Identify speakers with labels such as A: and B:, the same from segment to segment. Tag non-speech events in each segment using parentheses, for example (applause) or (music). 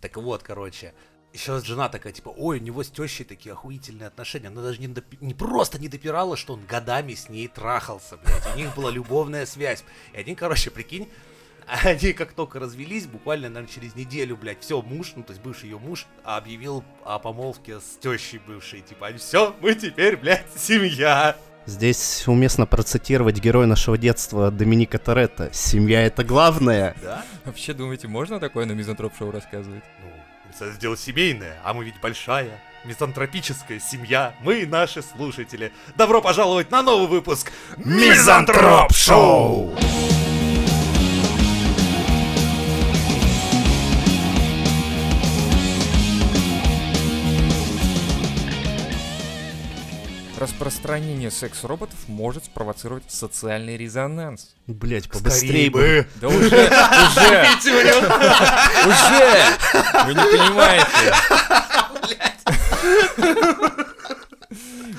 A: Так вот, короче, еще жена такая, типа, ой, у него с тещей такие охуительные отношения. Она даже не, допи- не просто не допирала, что он годами с ней трахался, блядь. У них была любовная связь. И они, короче, прикинь, (laughs) они как только развелись, буквально, наверное, через неделю, блядь, все, муж, ну, то есть бывший ее муж, объявил о помолвке с тещей бывшей. Типа, все, мы теперь, блядь, семья.
B: Здесь уместно процитировать героя нашего детства Доминика Торетто. Семья это главное.
A: Да?
C: Вообще, думаете, можно такое на мизантроп-шоу рассказывать?
A: Ну, это сделал семейное, а мы ведь большая, мизантропическая семья. Мы и наши слушатели. Добро пожаловать на новый выпуск Мизантроп Шоу!
C: Распространение секс-роботов может спровоцировать социальный резонанс.
B: Блять,
A: Скорей
B: побыстрее бы.
C: Да уже, уже, уже! Вы не понимаете.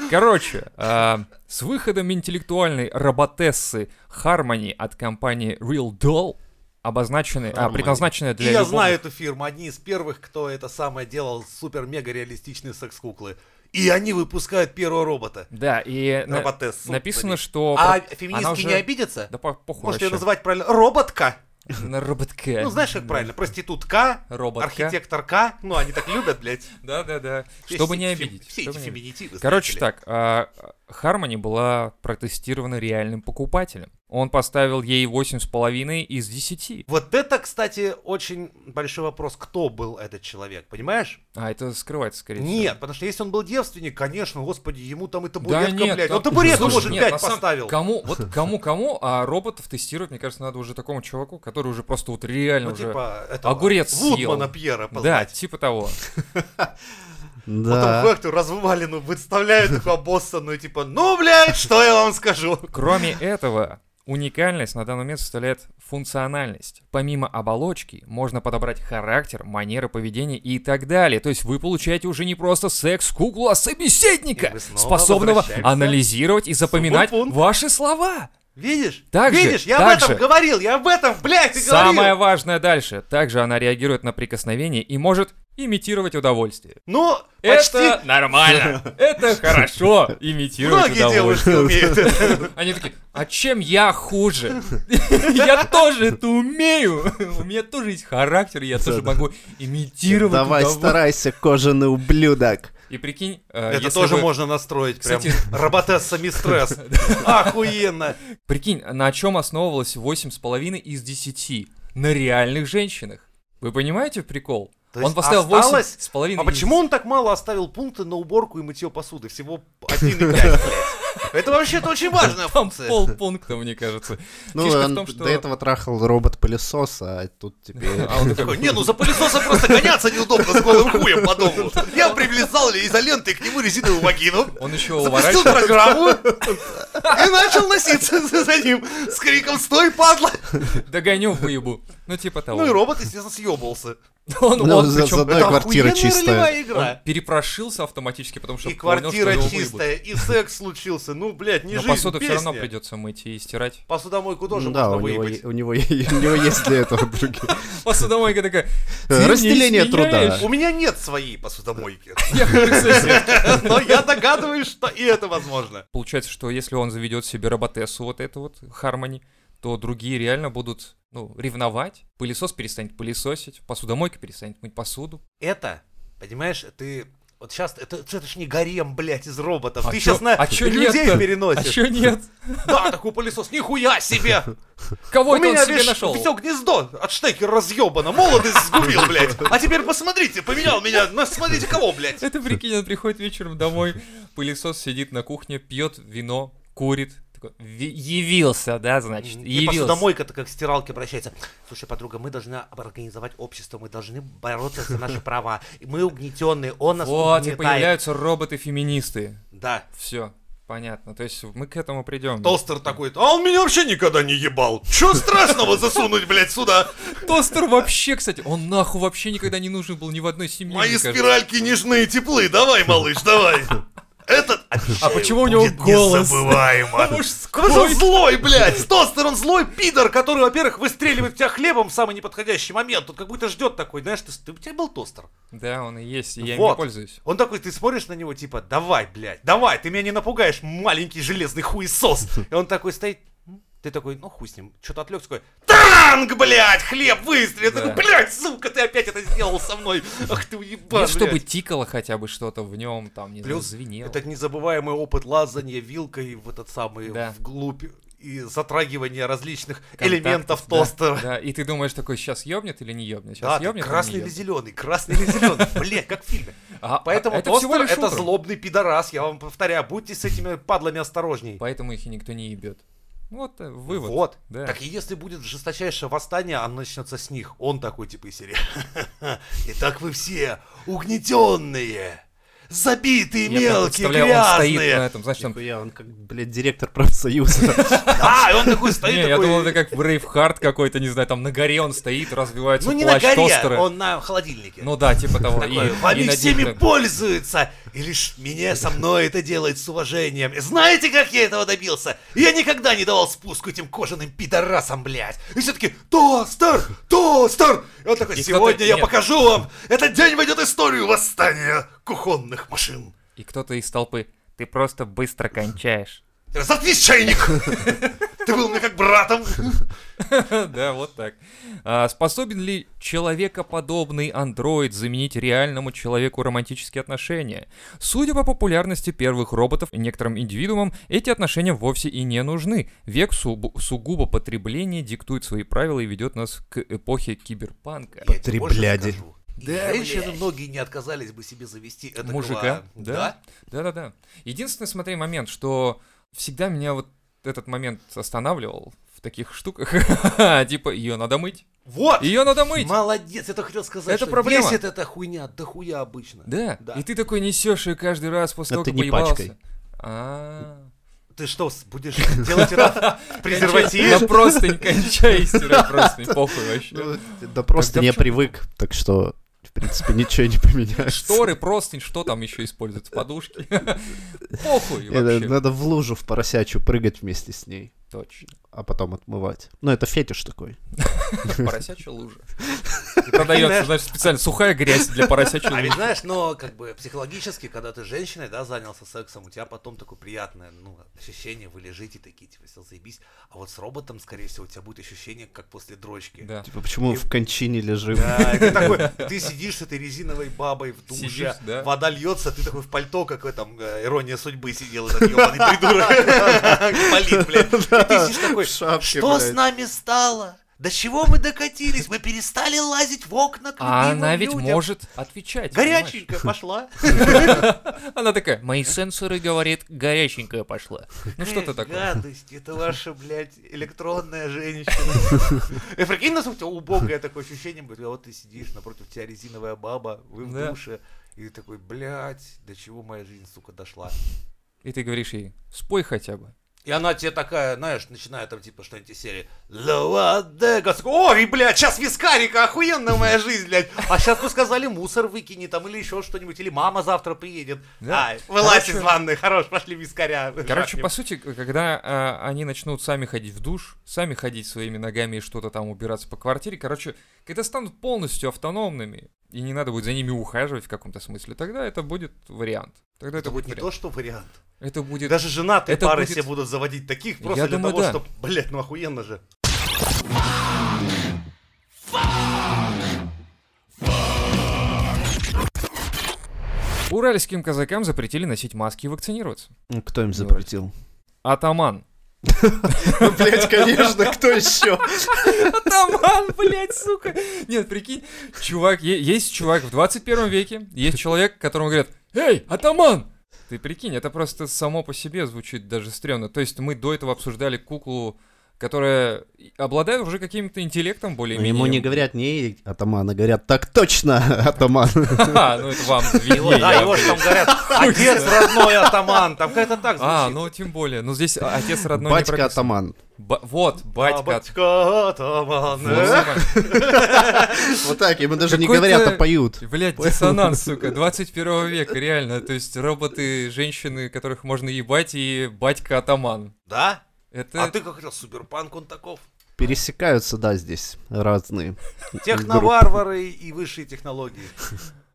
C: Короче, а, с выходом интеллектуальной роботессы Harmony от компании Real Doll, обозначенной, а,
B: Harmony.
C: предназначенная
A: И
C: для
A: я
C: любого-
A: знаю эту фирму, одни из первых, кто это самое делал, супер-мега реалистичные секс-куклы. И они выпускают первого робота.
C: Да, и на-
A: Роботессу.
C: написано,
A: блин.
C: что...
A: А
C: про- она
A: феминистки
C: уже-
A: не обидятся?
C: Да по- похуй
A: Может, ее
C: вообще.
A: называть правильно? Роботка?
C: На роботке.
A: Ну, знаешь, как правильно? Проститутка?
C: Роботка.
A: Архитекторка? Ну, они так любят, блядь.
C: Да, да, да.
A: Все
C: Чтобы
A: эти
C: не
A: фем-
C: обидеть.
A: Все
C: чтобы
A: эти
C: не обидеть.
A: феминитивы.
C: Короче,
A: знаете ли.
C: так, а, Harmony была протестирована реальным покупателем. Он поставил ей 8,5 из 10.
A: Вот это, кстати, очень большой вопрос, кто был этот человек, понимаешь?
C: А это скрывается, скорее всего.
A: Нет, потому что если он был девственник, конечно, господи, ему там и
C: Да
A: табуретка,
C: нет,
A: блядь.
C: там-
A: Он табуретку,
C: Слушай,
A: может,
C: нет, на
A: пять
C: самом-
A: поставил.
C: Кому, вот
A: (laughs)
C: кому-кому, а роботов тестировать, мне кажется, надо уже такому чуваку, который уже просто вот реально
A: Ну,
C: уже...
A: типа, этого,
C: огурец съел.
A: Вудмана Пьера
C: да,
A: познать.
C: типа того.
A: Потом
B: Да.
A: Векту развалину выставляют такую обоссанную, типа, ну, блядь, что я вам скажу?
C: Кроме этого, уникальность на данный момент составляет функциональность. Помимо оболочки, можно подобрать характер, манеры поведения и так далее. То есть вы получаете уже не просто секс-куклу, а
A: И
C: собеседника,
A: мы снова
C: способного
A: возвращаемся
C: анализировать и запоминать
A: пункт.
C: ваши слова.
A: Видишь?
C: Так же,
A: Видишь, я
C: так
A: об этом
C: же.
A: говорил, я об этом, блядь, и
C: Самое
A: говорил.
C: важное дальше. Также она реагирует на прикосновение и может имитировать удовольствие.
A: Ну, почти
C: Это
A: (laughs)
C: нормально. Это хорошо имитировать
A: многие
C: удовольствие.
A: девушки умеют.
C: Они такие, а чем я хуже? (laughs) Я тоже это умею. У меня тоже есть характер, я тоже могу имитировать.
B: Давай,
C: удовольствие».
B: старайся, кожаный ублюдок.
C: И прикинь, э,
A: Это
C: если
A: тоже
C: вы-
A: можно настроить, прям.
C: Кстати-
A: (laughs) Роботесса
C: (laughs)
A: Мистресс. Охуенно. А
C: Прикинь, на чем основывалось 8,5 из 10? На реальных женщинах. Вы понимаете прикол?
A: То
C: Он
A: есть
C: поставил
A: осталось-
C: 8,5
A: А
C: из-
A: почему он так мало оставил пункты на уборку и мытье посуды? Всего 1,5, блядь. Это вообще-то очень важная
C: Там
A: функция.
C: полпункта, мне кажется.
B: Ну,
C: Фишка в
B: он
C: том, что-
B: до этого трахал робот-пылесос, а тут
C: (laughs)
B: теперь...
C: А он
A: Такой,
C: такой,
A: Не, ну за пылесосом просто гоняться неудобно с голым хуем по дому. Я привязал ли изолентой к нему резиновую вагину,
C: он еще
A: запустил
C: уворачивается.
A: программу и начал носиться (laughs) за ним с криком «Стой, падла!»
C: Догоню выебу. Ну, типа того.
A: Ну и робот, естественно, съебался.
C: Он,
B: Ну,
C: он
B: за-
C: причем
B: заодно и квартира
A: охуенная
B: чистая.
A: ролевая
C: он
A: игра.
C: перепрошился автоматически, потому что
A: И
C: понял, что
A: квартира
C: его выебут.
A: чистая, и секс случился. Ну, блядь, не
C: Но
A: жизнь,
C: посуду все равно
A: песня.
C: придется мыть
A: (laughs)
C: и стирать.
A: Посудомойку тоже
B: Ну да,
A: можно
B: у него,
A: выебать.
B: е- у, него, е- (laughs) у него есть для этого другие.
C: Посудомойка такая. (laughs) «Ты не
B: Разделение труда.
C: смеешь?
A: У меня нет своей
C: (laughs)
A: посудомойки,
C: Я хочу к соседке».
A: но я догадываюсь, что и это возможно.
C: Получается, что если он заведет себе роботессу вот эту вот, Хармони, то другие реально будут, ну, ревновать. Пылесос перестанет пылесосить, посудомойка перестанет мыть посуду.
A: Это, понимаешь, ты... Вот сейчас, это, это ж не гарем, блядь, из роботов.
C: А
A: ты
C: чё-
A: сейчас на
C: а чё
A: людей
C: нет-то? А
A: переносишь.
C: чё нет?
A: Да, такой пылесос, нихуя
C: (laughs)
A: себе!
C: Кого
A: У
C: это он
A: меня
C: себе нашел?
A: все гнездо от штекера разъебано, молодость сгубил, блядь. А теперь посмотрите, поменял меня, на смотрите кого, блядь.
C: Это, прикинь, он приходит вечером домой, пылесос сидит на кухне, пьет вино, курит. Такой, «Ви- Явился, да, значит,
A: И
C: явился.
A: посудомойка-то как к стиралке обращается. Слушай, подруга, мы должны организовать общество, мы должны бороться за наши права. И Мы угнетенные, он нас
C: Вот, и
A: угнетает.
C: появляются роботы-феминисты.
A: Да.
C: Все, понятно. То есть мы к этому придем.
A: Толстер такой, а он меня вообще никогда не ебал. Чё страшного засунуть, блядь, сюда?
C: Тостер вообще, кстати, он нахуй вообще никогда не нужен был ни в одной семье.
A: Мои
C: мне кажется.
A: спиральки нежные и теплы, давай, малыш, давай. Этот, а
C: А почему у него
A: Будет
C: голос?
A: Незабываемо.
C: Мужской.
A: Потому что он злой, блядь! С той стороны злой пидор, который, во-первых, выстреливает в тебя хлебом в самый неподходящий момент. Тут как будто ждет такой, знаешь, ты, ты- у тебя был тостер.
C: Да, он и есть, и я им не
A: Вот.
C: пользуюсь.
A: Он такой, ты смотришь на него, типа, давай, блядь, давай, ты меня не напугаешь, маленький железный хуесос. И он такой стоит, «М?» ты такой, ну хуй с ним, что-то отвлекся, такой, танк, блядь, хлеб выстрелил. Я
C: Да.
A: такой, блядь, сука, ты опять это сделал со мной. Ах ты уебан,
C: Нет, чтобы
A: блядь».
C: тикало хотя бы что-то в нем, там, не
A: Плюс
C: знаю, звенело.
A: Это незабываемый опыт лазания вилкой в этот самый,
C: Да.
A: вглубь, и затрагивания различных
C: Контактов,
A: элементов
C: да,
A: тостера.
C: (laughs) Да, и ты думаешь такой, сейчас ёбнет или не
A: Да,
C: ёбнет? Сейчас
A: ты
C: ёбнет или не
A: красный или
C: ёбнет?»
A: зеленый, красный или зеленый, блядь, как в фильме.
C: А- а-
A: Поэтому
C: это всего
A: Тостер
C: лишь
A: это
C: утро.
A: злобный пидорас, я вам повторяю, будьте с этими падлами осторожней.
C: Поэтому их и никто не ебет. Вот э, вывод.
A: Вот.
C: Да.
A: Так и если будет жесточайшее восстание, оно начнется с них. Он такой типа из серии. (laughs) Итак, вы все угнетенные, забитые,
C: Я прям
A: мелкие,
C: представляю, он стоит на
A: грязные.
C: этом, знаешь, там...
B: Нихуя, он как, блядь, директор профсоюза.
C: (laughs)
A: А, и он такой стоит,
C: Не, я
A: такой,
C: думал, это как в Рейвхард какой-то, не знаю, там на горе он стоит, развивается
A: Ну не на
C: типа, плащ
A: горе,
C: тостера.
A: он на холодильнике.
C: Ну да, типа того.
A: (laughs)
C: и-
A: Такой,
C: и
A: вами
C: на
A: всеми
C: дикто-
A: пользуются, и лишь мне со мной это делает с уважением. И Знаете, как я этого добился? Я никогда не давал спуску этим кожаным пидорасам, блядь. И все таки тостер, тостер. И он такой,
C: И
A: сегодня
C: кто-то-
A: я
C: нет.
A: покажу вам, этот день войдет в историю восстания кухонных машин.
C: И кто-то из толпы. Ты просто (laughs) быстро кончаешь.
A: Заткнись, чайник! Ты был мне как братом.
C: Да, вот так. А, Способен ли человекоподобный андроид заменить реальному человеку романтические отношения? Судя по популярности первых роботов, некоторым индивидуумам эти отношения вовсе и не нужны. Век суб- сугубо потребления диктует свои правила и ведет нас к эпохе киберпанка.
A: Я тебе больше
B: Потребляди.
A: скажу. Женщины многие не отказались бы себе завести этого
C: Мужика,
A: Да?
C: да? Да-да-да. Единственный, смотри, момент, что всегда меня вот этот момент останавливал в таких штуках. (laughs) Типа, ее надо мыть.
A: Вот!
C: Ее надо мыть.
A: Молодец, я только хотел сказать,
C: Это
A: что
C: проблема.
A: весит эта хуйня, да хуя обычно.
C: Да.
A: Да.
C: И ты такой несешь ее каждый раз после
B: Но
C: того,
B: ты
C: как
B: не
C: поебался.
B: пачкой.
C: А.
A: Ты что, с- будешь делать раф
C: (laughs)
A: в презервативе?
C: Да просто
A: (laughs)
C: не кончай и стирай просто, похуй
A: Ну,
C: вообще.
B: Да Ну, просто
C: Тогда
B: не
C: в чём-
B: привык, так что, в принципе, ничего не (laughs) поменяется.
C: Шторы, простынь, что там еще
A: (laughs)
C: используют? Подушки? Похуй
B: Это
A: ну,
C: вообще.
B: Надо в лужу в поросячью прыгать вместе с ней,
C: Точно. (laughs)
B: а потом отмывать. Ну, это фетиш такой.
C: Поросячья лужа. И продается, значит, специально сухая
A: (laughs)
C: грязь для поросячьей
A: А ведь
C: лужи.
A: знаешь, но как бы психологически, когда ты с женщиной, да, занялся сексом, у тебя потом такое приятное, ну, ощущение, вы лежите такие, типа, все заебись. А вот с роботом, скорее всего, у тебя будет ощущение, как после дрочки.
C: Да.
B: Типа, почему в кончине лежим?
A: Да, (laughs) и ты такой, ты сидишь с этой резиновой бабой в душе,
C: Сидишь, да.
A: вода льется, ты такой в пальто, как в этом, э, ирония судьбы сидел этот ебаный придурок.
C: (laughs)
A: Болит, блядь. И ты сидишь такой,
B: В шапке,
A: что с
B: блядь».
A: нами стало? До чего мы докатились? Мы перестали лазить в окна к
C: А
A: любимым
C: она ведь
A: людям».
C: может отвечать.
A: Горяченькая пошла.
C: понимаешь? Она такая, мои сенсоры говорят, горяченькая пошла. Ну что ты
A: Эх,
C: такое?
A: Гадость, это ваша, блядь, электронная женщина. И прикинь, насколько у тебя убогое такое ощущение, будет, когда вот ты сидишь, напротив тебя резиновая баба, вы в
C: Да.
A: душе, и ты такой, блядь, до чего моя жизнь, сука, дошла.
C: И ты говоришь ей, спой хотя бы.
A: И она тебе такая, знаешь, начинает там типа что-нибудь из серии «Ладега». Ой, блядь, сейчас вискарика, охуенная моя жизнь, блядь. А сейчас вы сказали, мусор выкини там или еще что-нибудь, или мама завтра приедет.
C: Да.
A: Ай, вылазь
C: Короче-
A: из ванны, хорош, пошли вискаря.
C: Короче,
A: жахнем».
C: по сути, к- когда а, они начнут сами ходить в душ, сами ходить своими ногами и что-то там убираться по квартире, короче, когда станут полностью автономными, и не надо будет за ними ухаживать в каком-то смысле, тогда это будет вариант. Тогда это,
A: это будет не
C: вариант.
A: то, что вариант.
C: Это будет...
A: Даже женатые
C: это
A: пары
C: будет-
A: себе будут заводить таких
C: Я
A: просто для
C: думаю,
A: того,
C: да.
A: чтобы, блядь, ну охуенно же.
C: Уральским казакам запретили носить маски и вакцинироваться.
B: Ну, Кто им запретил?
C: Атаман.
B: (laughs) Ну, блядь, конечно, кто еще?
C: Атаман, блядь, сука. Нет, прикинь, чувак, е- есть чувак в 21 веке, есть человек, которому говорят, эй, атаман! Ты прикинь, это просто само по себе звучит даже стрёмно. То есть мы до этого обсуждали куклу которые обладают уже каким-то
A: Ну,
C: интеллектом более-менее.
B: Ему
C: (laughs)
B: не говорят не атаман, а говорят так точно, (laughs) атаман.
C: Ха, ну это вам
A: (laughs) Его,
C: виднее,
A: да,
C: я
A: его же там
C: (laughs)
A: говорят, отец родной атаман, там как-то так звучит.
C: А, ну тем более. Ну здесь отец родной не
B: Батька
C: прописан.
B: атаман.
C: Ба- Вот,
A: А,
C: батька.
A: батька атаман.
C: Вот,
A: э?
C: сука.
B: Вот так, ему даже не
C: Какой-то-
B: говорят, а поют.
C: Блядь, диссонанс, сука, 21 века, реально. То есть роботы, женщины, которых можно ебать, и батька-атаман.
A: Да?
C: Это...
A: А ты как хотел, суперпанк он таков?
B: Пересекаются, да, здесь разные.
A: Техноварвары и высшие технологии.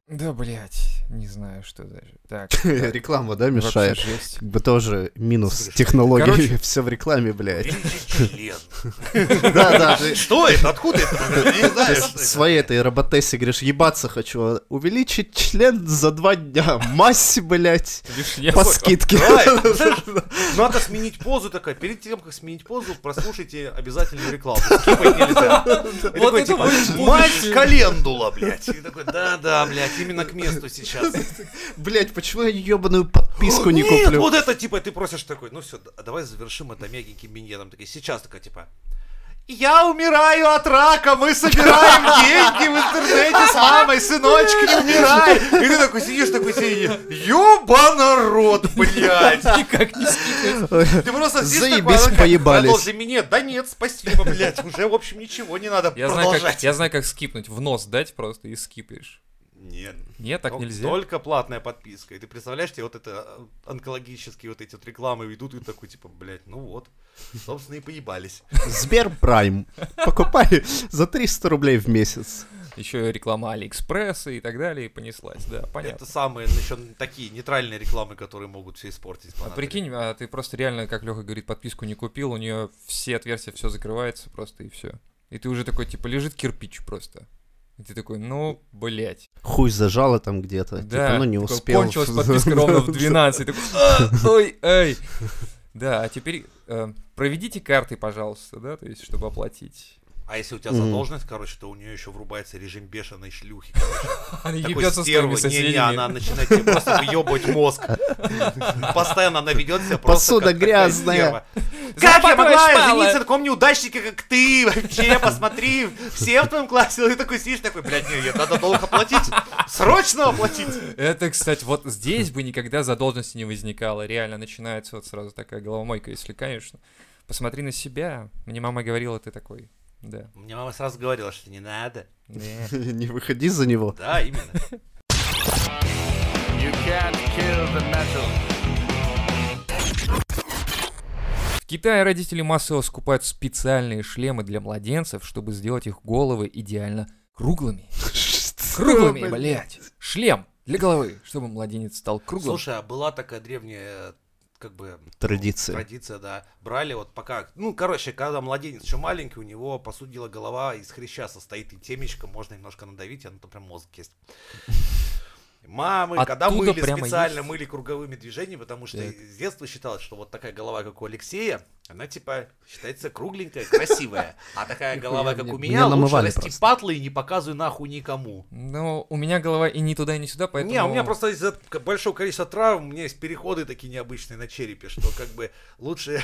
C: Да, блядь, не знаю, что даже. Так,
B: (laughs) Реклама, да,
C: вообще
B: мешает?
C: жесть.
B: Как бы тоже минус
A: Слушай,
B: технологий. (laughs)
C: короче-
B: Все в рекламе, блядь.
A: Великий член.
B: (laughs) Да, да. ты-
A: Что это? Откуда это? Я Не
B: ты
A: знаю, что это.
B: Своей этой роботессе говоришь, ебаться хочу. а Увеличить член за два дня. Массе, блядь.
C: Вишня,
B: По
C: сука.
A: (laughs)
B: скидке.
A: Давай, Ну, знаешь, Надо сменить позу такая. Перед тем, как сменить позу, прослушайте обязательную рекламу. Скипать нельзя. И
C: Вот
A: такой,
C: это
A: типа,
C: будет
A: Мать
C: будущее».
A: календула, блядь. И такой, да-да, блядь, именно к месту сейчас.
B: (laughs) Блядь, почему я ебаную подписку не
A: Нет,
B: куплю?
A: вот это, типа, ты просишь такой, ну все, давай завершим это мягеньким миньоном. Такой, сейчас такой, типа, я умираю от рака, мы собираем деньги в интернете с мамой, сыночек, не умирай. И ты такой сидишь, такой сидишь, ёбанарод, блядь.
C: (laughs) Никак не скидывается.
A: Ты просто сидишь
B: Заебись,
A: такой, а она как,
B: поебались.
A: Продолжи меня. Да нет, спасибо, блядь, уже, в общем, ничего не надо
C: Я знаю,
A: продолжать.
C: как, я знаю, как скипнуть. В нос дать просто и скипаешь.
A: Нет.
C: Нет, так
A: Тол-
C: нельзя.
A: Только платная подписка. И ты представляешь, тебе вот это э, онкологические вот эти вот рекламы идут, и ты такой, типа, блядь, ну вот. Собственно, и поебались.
B: (laughs) Сбер Прайм. Покупай за 300 рублей в месяц.
C: Еще реклама Алиэкспресса и так далее, и понеслась, да, понятно.
A: Это самые еще такие нейтральные рекламы, которые могут все испортить.
C: А
A: фанаты.
C: прикинь, а ты просто реально, как Леха говорит, подписку не купил, у нее все отверстия, все закрывается просто и все. И ты уже такой, типа, лежит кирпич просто. И ты такой, ну, блять.
B: Хуй зажало там где-то. типа, ну не успел.
C: Кончилась подписка
B: (laughs)
C: ровно в 12. Такой, «А, ой, эй. Да, а теперь э, проведите карты, пожалуйста, да, то есть, чтобы оплатить.
A: А если у тебя
B: Мгм.
A: задолженность, короче, то у нее еще врубается режим бешеной шлюхи. короче.
C: Она
A: Такой
C: ебется с
A: стервы.
C: твоими соседями.
A: Не-не, она начинает тебе просто выебывать мозг. Постоянно она ведет себя просто
B: Посуда
A: как такая
B: грязная.
A: стерва. Как
C: Запаковочка
A: я могла
C: мало.
A: жениться на таком неудачнике, как ты? Вообще, посмотри, все в твоем классе. И ты такой сидишь, такой, блядь, нет, надо долго оплатить. Срочно оплатить.
C: Это, кстати, вот здесь бы никогда задолженности не возникало. Реально начинается вот сразу такая головомойка, если, конечно. Посмотри на себя. Мне мама говорила, ты такой. Да.
A: Мне мама сразу говорила, что не надо.
C: Не.
B: Не выходи за него.
C: (laughs)
A: Да, именно.
C: В Китае родители массово скупают специальные шлемы для младенцев, чтобы сделать их головы идеально круглыми. Круглыми, блядь. Шлем для головы, чтобы младенец стал круглым.
A: Слушай, а была такая древняя, э, как бы... ну,
B: Традиция.
A: Традиция, да. Брали вот пока... Ну, короче, когда младенец еще маленький, у него, по сути дела, голова из хряща состоит, и темечко можно немножко надавить, и оно там прям мозг есть. Мамы, когда
C: Оттуда
A: мыли,
C: прямо
A: специально
C: есть?
A: мыли круговыми движениями, потому что
C: Так.
A: с детства считалось, что вот такая голова, как у Алексея, она типа считается кругленькая, красивая. А такая
B: Нихуя
A: голова, как
B: мне-
A: у
B: мне
A: меня, лучше
B: намывали
A: расти
B: просто.
A: патлы и не показывай нахуй никому.
C: Но у меня голова и не туда, и не сюда, поэтому...
A: Не, у меня просто из-за к- большого количества травм у меня есть переходы такие необычные на черепе, что как бы лучше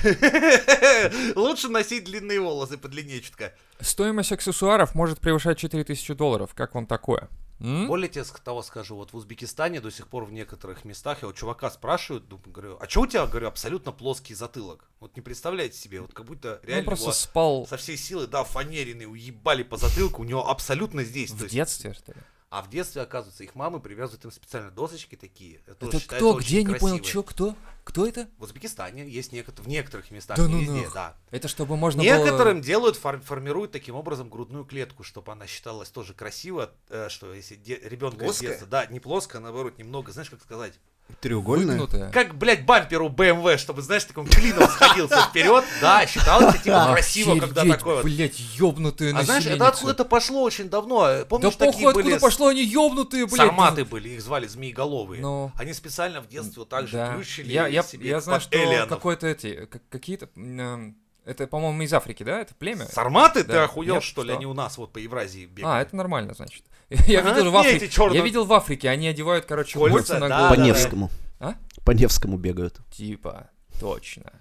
A: (laughs) лучше носить длинные волосы подлиннее чутка.
C: Стоимость аксессуаров может превышать 4000 долларов. Как вам такое? М?
A: Более тебе ск- того скажу, вот в Узбекистане до сих пор в некоторых местах я вот чувака спрашивают, думаю, говорю, а что у тебя, говорю, абсолютно плоский затылок? Вот не представляете себе, вот как будто
C: Ну,
A: реально
C: просто
A: его
C: спал
A: со всей силы, да, фанерины уебали по затылку, у него абсолютно здесь. то
C: в
A: есть.
C: детстве, что ли?
A: А в детстве, оказывается, их мамы привязывают им специально досочки такие. Это, тоже
C: Это
A: считается
C: кто?
A: очень
C: Где? Не понял,
A: красиво.
C: чё? Кто? Кто это?
A: В Узбекистане есть некотор- в некоторых местах,
C: Да
A: не
C: ну
A: везде,
C: нах.
A: да.
C: Это чтобы можно
A: Некоторым
C: было...
A: делают, фор- формируют таким образом грудную клетку, чтобы она считалась тоже красиво, э, что если де- ребенка из
B: Плоская?
A: детства, да, не плоско, а наоборот, немного, знаешь, как сказать,
B: Треугольная?
C: Выгнутое.
A: как, блядь, бамперу BMW, чтобы, знаешь, таким клином сходился вперед, да, считалось типа красиво, когда
C: Охереть,
A: такое вот.
C: Блядь, ёбнутые
A: А знаешь, это
C: населенницы.
A: откуда пошло очень давно, э,
C: Да
A: помнишь,
C: похуй,
A: такие были
C: откуда пошло они ёбнутые, блядь.
A: сарматы были, их звали змееголовые.
C: Ну,
A: Они специально в детстве вот так же
C: да.
A: плющили
C: Я, я,
A: себе
C: я знаю,
A: под
C: что
A: эллианов.
C: какой-то эти, как- какие-то... м, эм, Это, по-моему, из Африки, да? Это племя?
A: Сарматы? Ты
C: Э, Да.
A: охуел,
C: Нет,
A: что ли?
C: что?
A: Они у нас вот по Евразии бегают.
C: А, это нормально, значит. (laughs) Я
A: Ага,
C: видел в
A: не
C: Африке.
A: эти чёрные.
C: Я видел в Африке, они одевают, короче,
A: Кольца,
C: кольца на
A: да,
C: голову.
B: По
A: да, да.
B: Невскому.
C: А?
B: По Невскому бегают.
C: Типа, точно.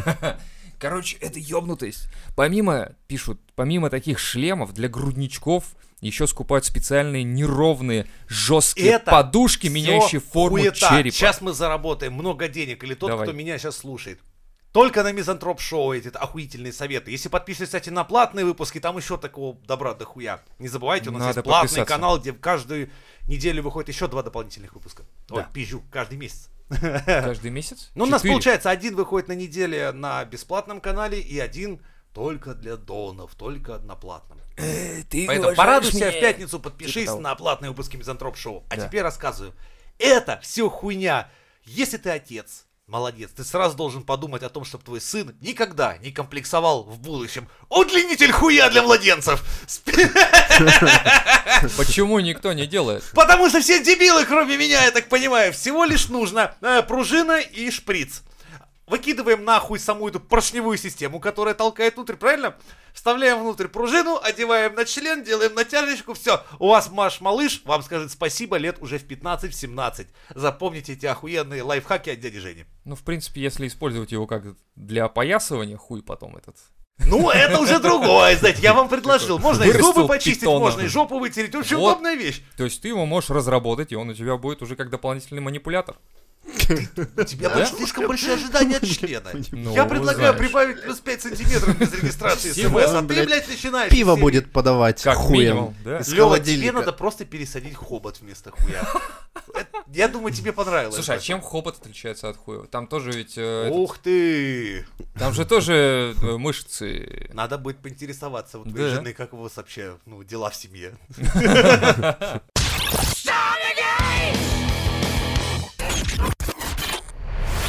C: (laughs) Короче, это ёбнутость. Помимо, пишут, помимо таких шлемов для грудничков, еще скупают специальные неровные жесткие
A: Это
C: подушки, меняющие форму черепа.
A: Сейчас мы заработаем много денег, или тот,
C: Давай.
A: кто меня сейчас слушает. Только на Мизантроп Шоу эти охуительные советы. Если подпишетесь, кстати, на платные выпуски, там еще такого добра дохуя. Не забывайте, у нас
C: Надо
A: есть платный
C: подписаться.
A: канал, где каждую неделю выходит еще два дополнительных выпуска. Ой,
C: Да.
A: пизжу, каждый месяц.
C: Каждый месяц?
A: Ну, у нас
C: Четыре.
A: получается, один выходит на неделе на бесплатном канале и один только для донов, только на платном.
C: Э, ты
A: Поэтому
C: уважаешь
A: порадуй себя в
C: меня.
A: пятницу, подпишись
C: Типа того.
A: на платные выпуски Мизантроп Шоу. А
C: Да.
A: теперь рассказываю. Это все хуйня. Если ты отец, молодец, ты сразу должен подумать о том, чтобы твой сын никогда не комплексовал в будущем. Удлинитель хуя для младенцев.
C: Почему никто не делает?
A: Потому что все дебилы, кроме меня, я так понимаю, всего лишь нужно э, пружина и шприц. Выкидываем нахуй саму эту поршневую систему, которая толкает внутрь, правильно? Вставляем внутрь пружину, одеваем на член, делаем натяжечку, все. У вас Маш Малыш вам скажет спасибо лет уже в 15-17. Запомните эти охуенные лайфхаки от дяди Жени.
C: Ну, в принципе, если использовать его как для опоясывания, хуй потом этот.
A: Ну, это уже другое, знаете, я вам предложил. Можно и
C: Вырастил
A: зубы почистить,
C: питона.
A: можно и жопу вытереть. Вообще
C: Вот.
A: удобная вещь.
C: То есть ты его можешь разработать, и он у тебя будет уже как дополнительный манипулятор.
A: У тебя
C: Да?
A: больше- слишком большие ожидания от члена. (laughs)
C: Ну,
A: Я предлагаю
C: знаешь.
A: прибавить плюс 5 сантиметров без регистрации
C: Всего,
A: смс, а ты,
B: блядь,
A: блядь, начинаешь.
B: Пиво
A: истерить.
B: будет подавать
C: Как
B: хуем
C: минимум, да.
B: из
A: Лёва, тебе
B: холодильника.
A: надо просто пересадить хобот вместо хуя. Это- Я думаю, тебе понравилось.
C: Слушай, а
A: бы.
C: чем хобот отличается от хуева? Там тоже ведь... э,
A: Ух ты!
C: этот- там же тоже э, мышцы.
A: Надо будет поинтересоваться у твоей
C: Да.
A: жены, как у вас вообще, ну, дела в семье.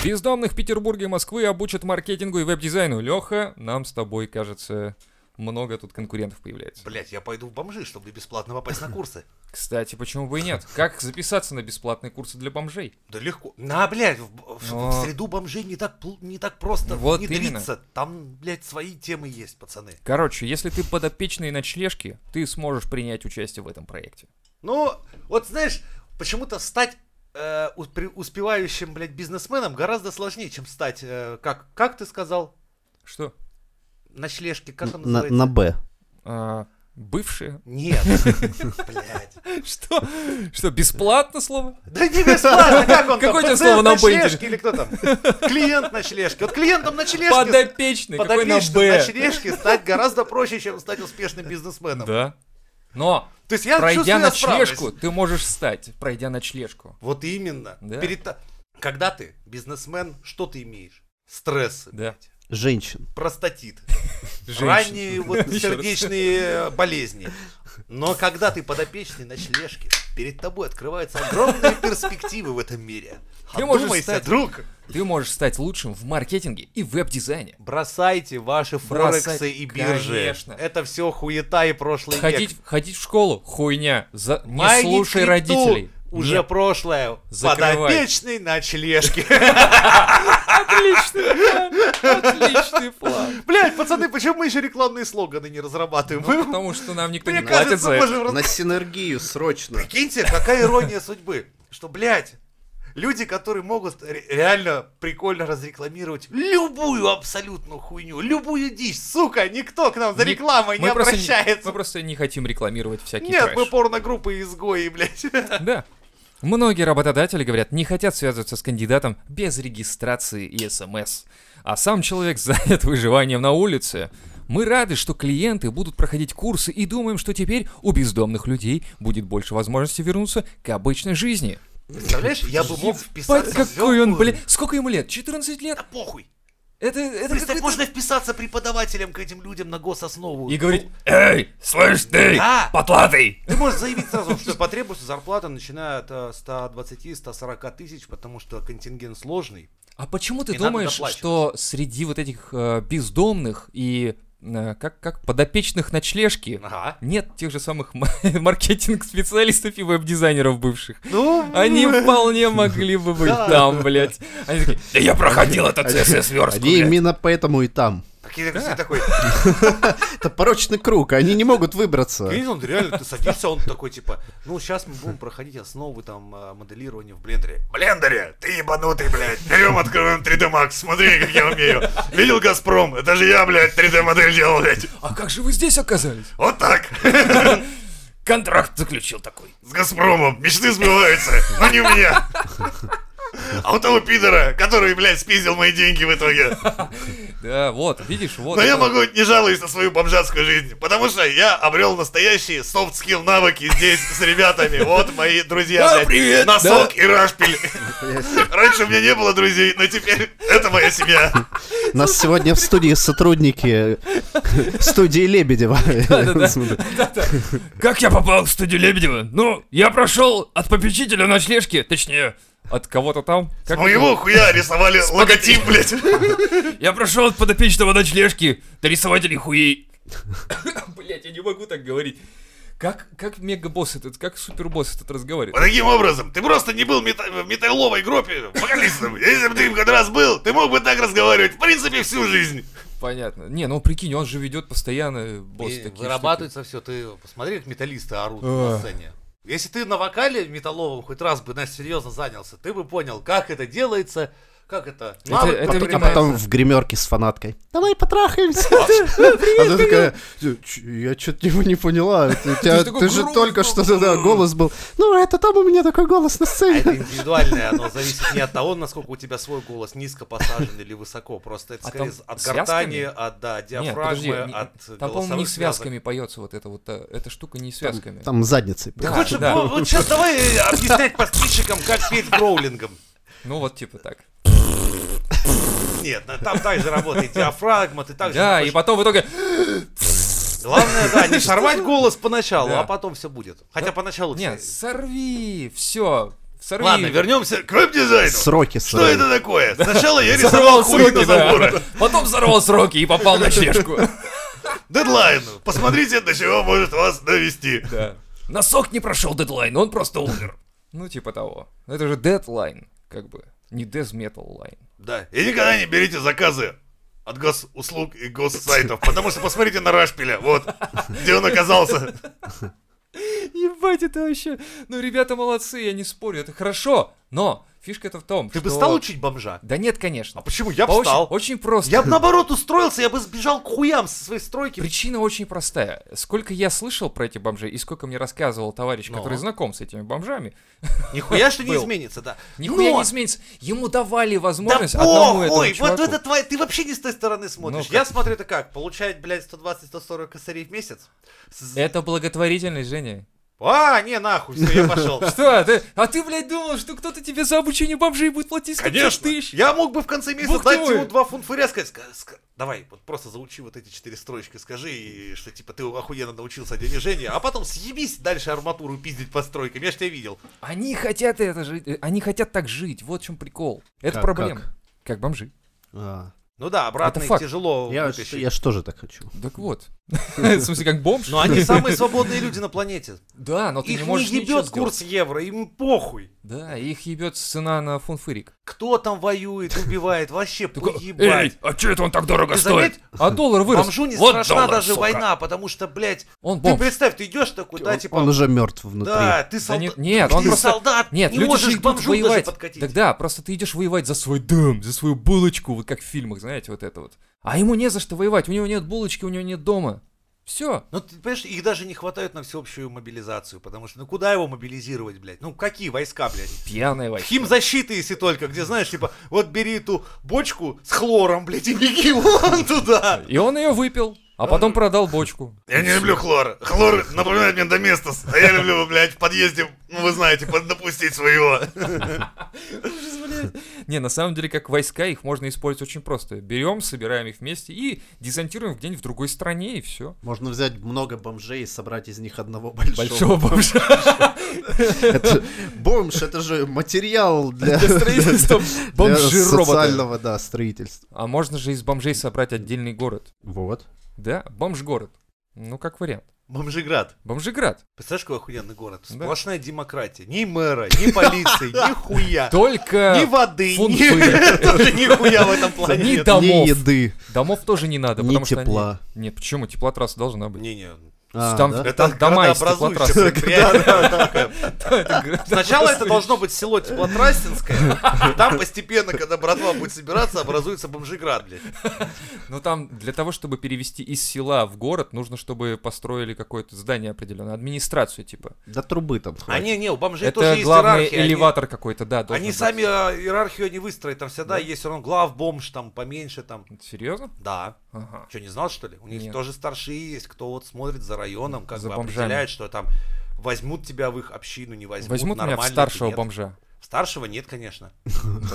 C: Бездомных Петербурга и Москвы обучат маркетингу и веб-дизайну. Леха, нам с тобой, кажется, много тут конкурентов появляется.
A: Блять, я пойду в бомжи, чтобы бесплатно попасть на курсы.
C: Кстати, почему бы и нет? Как записаться на бесплатные курсы для бомжей?
A: Да легко. На, блядь, в, в- в
C: Но-
A: среду бомжей не так, пл- не так просто
C: Вот
A: внедриться. Там, блядь, свои темы есть, пацаны.
C: Короче, если ты подопечный ночлежки, ты сможешь принять участие в этом проекте.
A: Ну, вот знаешь, почему-то стать э, у- при- успевающим, блядь, бизнесменом гораздо сложнее, чем стать, э, как, как ты сказал,
C: Что?
A: ночлежки, как он
B: На-
A: называется?
B: На Б.
C: А, бывшие?
A: Нет, блядь.
C: (laughs) Что? Что, бесплатно слово?
A: Да не бесплатно, как он там?
C: Какое тебе
A: пациент
C: слово на «Б»
A: ночлежки или кто там? Клиент ночлежки. Вот клиентом ночлежки
C: Подопечный, какой на
A: подопечным
C: Б?
A: ночлежки стать гораздо проще, чем стать успешным бизнесменом.
C: Да. Но,
A: То есть я
C: пройдя
A: чувствую, я справлюсь.
C: ночлежку, ты можешь стать, пройдя ночлежку.
A: Вот именно.
C: Да.
A: Перед та- Когда ты бизнесмен, что ты имеешь? Стрессы,
C: Да.
B: Женщин.
A: простатит,
C: Женщин.
A: ранние вот
C: (laughs) Ещё раз.
A: сердечные э, болезни. Но когда ты подопечный ночлежки, перед тобой открываются огромные перспективы в этом мире.
C: Ты можешь
A: Одумайся,
C: стать-
A: друг!
C: Ты можешь стать лучшим в маркетинге и веб-дизайне.
A: Бросайте ваши
C: Бросать,
A: форексы и биржи.
C: конечно.
A: Это все хуета и прошлый
C: Ходить,
A: век.
C: ходить в школу, хуйня. За- Не
A: Майнить
C: слушай
A: крипту
C: родителей.
A: Уже
C: Нет.
A: прошлое.
C: Закрывай.
A: Подопечный
C: (laughs)
A: ночлежки.
C: Отличный план. Отличный план.
A: Блять, пацаны, почему мы еще рекламные слоганы не разрабатываем?
C: Ну, потому что нам никто
A: Мне
C: не платит
A: кажется,
C: за это.
A: можем раз-
B: На синергию срочно.
A: Прикиньте, какая ирония судьбы, что, блядь, люди, которые могут ре- реально прикольно разрекламировать любую абсолютную хуйню, любую дичь, сука, никто к нам за
C: Не-
A: рекламой не
C: мы просто
A: обращается.
C: Мы просто не хотим рекламировать всякие
A: Нет,
C: трэш.
A: мы порногруппы изгои, блядь.
C: Да. Многие работодатели говорят, не хотят связываться с кандидатом без регистрации и СМС. А сам человек (laughs) занят выживанием на улице. Мы рады, что клиенты будут проходить курсы и думаем, что теперь у бездомных людей будет больше возможности вернуться к обычной жизни.
A: Представляешь, я бы мог
C: Ебать,
A: вписаться в
C: какой он,
A: звёздную.
C: блин. Сколько ему лет? 14 лет?
A: Да похуй.
C: Это, это
A: Представь,
C: какой-то-
A: можно вписаться преподавателем к этим людям на гососнову.
C: И говорит, эй, слышь ты,
A: Да.
C: потлатый.
A: Ну, Ты можешь заявить
C: (laughs)
A: сразу, что потребуется зарплата, начиная от э, 120-140 тысяч, потому что контингент сложный.
C: А почему ты
A: И надо
C: думаешь,
A: доплачивать.
C: что среди вот этих э, бездомных и э, как, как подопечных ночлежки
A: Ага.
C: нет тех же самых ма- (laughs) маркетинг-специалистов и веб-дизайнеров бывших?
A: Ну,
C: Они вполне могли бы быть
A: Да.
C: там, блядь. Они такие, да я проходил этот CSS-верстку,
B: Они именно поэтому и там.
A: Так и
C: Да.
A: ты такой,
B: Это порочный круг, они не могут выбраться.
A: Видел, он реально, ты садишься, он такой, типа, ну, сейчас мы будем проходить основы, там, э, моделирования в блендере.
D: а, Блендере, ты ебанутый, блядь. Берем, открываем 3D Max. Смотри, как я умею. Видел Газпром? Это же я, блядь, 3D модель делал, блядь.
C: А как же вы здесь оказались?
D: Вот так.
C: Контракт заключил такой.
D: С Газпромом. Мечты сбываются, но не у меня. А у того пидора, который, блядь, спиздил мои деньги в итоге.
C: Да, вот, видишь, вот.
D: Но я
C: это-
D: могу не жаловаться на свою бомжатскую жизнь, потому что я обрел настоящие софт-скилл навыки здесь с ребятами. Вот мои друзья,
C: Да,
D: блядь.
C: привет,
D: Носок
C: да.
D: и рашпиль. Раньше у меня не было друзей, но теперь это моя семья.
B: У нас сегодня в студии сотрудники студии Лебедева. (laughs)
C: Да-да. Как я попал в студию Лебедева? Ну, я прошел от попечителя ночлежки, точнее, от кого-то там. Как
D: С моего хуя рисовали логотип, блядь.
C: (laughs) Я прошел от подопечного ночлежки до рисователей (coughs) хуей. Блять, я не могу так говорить. Как, как мегабосс этот, как супербосс этот
D: Вот
C: разговаривает?
D: таким образом, ты просто не был мета- в металловой группе вокалистом. Если бы ты хоть раз был, ты мог бы так разговаривать, в принципе, всю жизнь.
C: Понятно. Не, ну прикинь, он же ведет постоянно босс
A: И
C: такие штуки.
A: вырабатывается все. Ты посмотри, как металлисты орут
C: А.
A: на сцене. Если ты на вокале металловом хоть раз бы, Настя, серьезно занялся, ты бы понял, как это делается, как это... навык
C: это
A: который
C: видимо,
B: А потом в гримерке с фанаткой. Давай потрахаемся. Она такая, «Э, чё, я что-то не, не поняла. Ты, у тебя-
C: же такой
B: ты же
C: громкий
B: только
C: был.
B: что да, голос был. Ну, это там у меня такой голос на
A: А это
B: сцене.
A: индивидуальное, оно зависит не от того, насколько у тебя свой голос низко посажен или высоко. Просто это
C: А
A: скорее
C: там
A: от
C: связками?
A: гортани, от да,
C: Нет,
A: диафрагмы,
C: подожди, не-
A: от
C: там, по-моему, не
A: голосовых связок.
C: связками поется вот эта вот, э, эта штука не связками.
B: Там задницей.
A: Ты
C: Да,
A: хочешь,
C: да.
A: Ну, вот- вот сейчас давай э, объяснять подписчикам, как петь гроулингом.
C: Ну вот типа так.
A: Нет, на- там также работает диафрагма, ты также...
C: Да,
A: не
C: и потом в итоге...
A: Главное, да,
C: (laughs)
A: не сорвать голос поначалу,
C: Да.
A: а потом все будет. Хотя поначалу...
C: Нет,
A: кстати,
C: сорви, все, сорви.
A: Ладно, вернемся.
D: Все, К веб-дизайну.
B: Сроки
D: Что
B: сразу.
D: это такое? Сначала я рисовал
C: Взорвал
D: хуй на
C: сроки,
D: забора.
C: да. Потом взорвал сроки и попал на шлешку.
D: Дедлайн. Посмотрите, до чего может вас довести.
C: Да. Носок не прошел дедлайн, он просто умер. Ну, типа того. Это же дедлайн, как бы. Не дезметал лайн.
A: Да.
D: И никогда не берите заказы от госуслуг и госсайтов, потому что посмотрите на Рашпиля, вот, где он оказался.
C: Ебать, это вообще... Ну, ребята молодцы, я не спорю, это хорошо. Но фишка это в том,
A: Ты
C: что...
A: бы стал учить бомжа?
C: Да нет, конечно.
A: А почему? Я бы
C: По очень-
A: стал.
C: Очень просто.
A: Я бы наоборот устроился, я бы сбежал к хуям со своей стройки.
C: Причина очень простая. Сколько я слышал про эти бомжи и сколько мне рассказывал товарищ,
A: Но.
C: который знаком с этими бомжами,
A: Нихуя что не
C: Был.
A: изменится, да.
C: нихуя
A: Но-
C: не изменится. Ему давали
A: Да
C: возможность одному этому
A: похуй, вот
C: чуваку.
A: это твоя, ты вообще не с той стороны смотришь.
C: Ну-ка.
A: я смотрю это как, получает, блядь, 120-140 косарей в месяц. С-
C: Это благотворительность, Женя.
A: А, не, нахуй, все, я
C: (laughs)
A: пошел.
C: Что? Ты, а ты, блядь, думал, что кто-то тебе за обучение бомжей будет платить 150
D: Конечно.
C: тысяч?
A: Я мог бы в конце месяца
C: Бухтевой.
A: дать ему 2 фунфыря, сказать, ска- ска- давай, вот просто заучи вот эти четыре строчки, скажи, и что типа ты охуенно научился дяде Жене, а потом съебись дальше арматуру пиздить по стройкам, я ж тебя видел.
C: Они хотят это жить, э, они хотят так жить, вот в чем прикол. Это
B: Как-
C: проблема.
B: как?
C: Как? бомжи.
B: А,
A: Ну да, обратно
C: Это
A: их
C: факт.
A: тяжело
B: Я
A: вытащить.
B: я ж тоже так хочу. (laughs)
C: Так вот. В смысле, как бомж?
A: Но они самые свободные люди на планете.
C: (laughs) Да, но ты
A: Их
C: не
A: не
C: можешь ничего
A: ебет
C: сделать.
A: курс евро, им похуй.
C: Да, их ебет цена на фунфырик.
A: Кто там воюет, убивает, вообще
C: Такой,
A: поебать.
C: а че это он так дорого
A: Ты заметь,
C: А доллар вырос.
A: бомжу не
C: Вот
A: страшна
C: доллар,
A: даже
C: сука.
A: война, потому что, блядь,
C: Он
A: ты
C: бомж.
A: представь, ты идешь такой, да,
B: Он-
A: типа,
B: Он уже мертв внутри.
A: да, ты
C: Да
A: солдат,
C: нет, нет, он
A: ты
C: просто...
A: солдат,
C: Нет,
A: не
C: люди
A: можешь
C: же
A: к
C: идут
A: бомжу
C: воевать.
A: даже подкатить.
C: Тогда просто ты идешь воевать за свой дом, за свою булочку, вот как в фильмах, знаете, вот это вот. А ему не за что воевать, у него нет булочки, у него нет дома. Все.
A: Ну, ты понимаешь, их даже не хватает на всеобщую мобилизацию, потому что, ну, куда его мобилизировать, блядь? Ну, какие войска, блядь?
C: Пьяная война.
A: Химзащиты, если только, где, знаешь, типа, вот бери эту бочку с хлором, блядь, и беги вон туда.
C: И он ее выпил, а потом продал бочку.
D: Я не люблю хлор. Хлор напоминает мне Доместос, а я люблю, блядь, в подъезде, ну вы знаете, под- допустить своего.
C: Не, на самом деле, как войска, их можно использовать очень просто. Берем, собираем их вместе и десантируем где-нибудь в другой стране, и все.
B: Можно взять много бомжей и собрать из них одного большого.
C: Большого
D: (laughs)
C: бомжа
B: Это- бомж, это же материал для,
C: для
B: (laughs)
C: строительства
B: для
C: бомжи-робота.
B: социального, да, строительства.
C: А можно же из бомжей собрать отдельный город.
B: Вот.
C: Да, бомж-город. Ну, как вариант.
A: Бомжиград.
C: Бомжиград.
A: Представляешь, какой охуенный город?
C: Да.
A: Сплошная демократия. Ни мэра,
D: (laughs)
A: ни полиции, ни хуя.
C: Только
A: Ни воды,
C: фунт
A: ни... (laughs) Тоже нихуя в этом плане
C: Ни
A: нет.
C: домов.
B: Ни еды.
C: домов тоже не надо,
B: Ни
C: потому что
B: тепла.
C: они- Нет, почему? Теплотрасса должна быть.
A: Не-не,
B: А,
C: Там-
B: да?
A: это
C: дома из
A: градообразующее
C: теплотрассы. (laughs)
A: предприятие, да, такое. Сначала (laughs) это
C: Просто-
A: должно быть село Теплотрассинское, а там постепенно, когда братва будет собираться, образуется Бомжиград, блядь.
C: Ну там для того, чтобы перевести из села в город, нужно, чтобы построили какое-то здание определенное, администрацию типа.
B: До трубы там
A: А
B: хватит.
A: не, не, у бомжей тоже
C: Это
A: есть
C: главный
A: иерархия. они-
C: элеватор какой-то, да.
A: Они сами э, иерархию не выстроят, там всегда есть все равно главбомж, там поменьше, там,
C: Серьезно?
A: да.
C: Ага.
A: Что, не знал, что ли? У них
C: Нет.
A: тоже старшие есть, кто вот смотрит за районом, как
C: За
A: бы
C: бомжами.
A: определяет, что там возьмут тебя в их общину, не возьмут.
C: Возьмут меня в
A: нормально ты,
C: старшего
A: нет.
C: бомжа.
A: Старшего нет, конечно.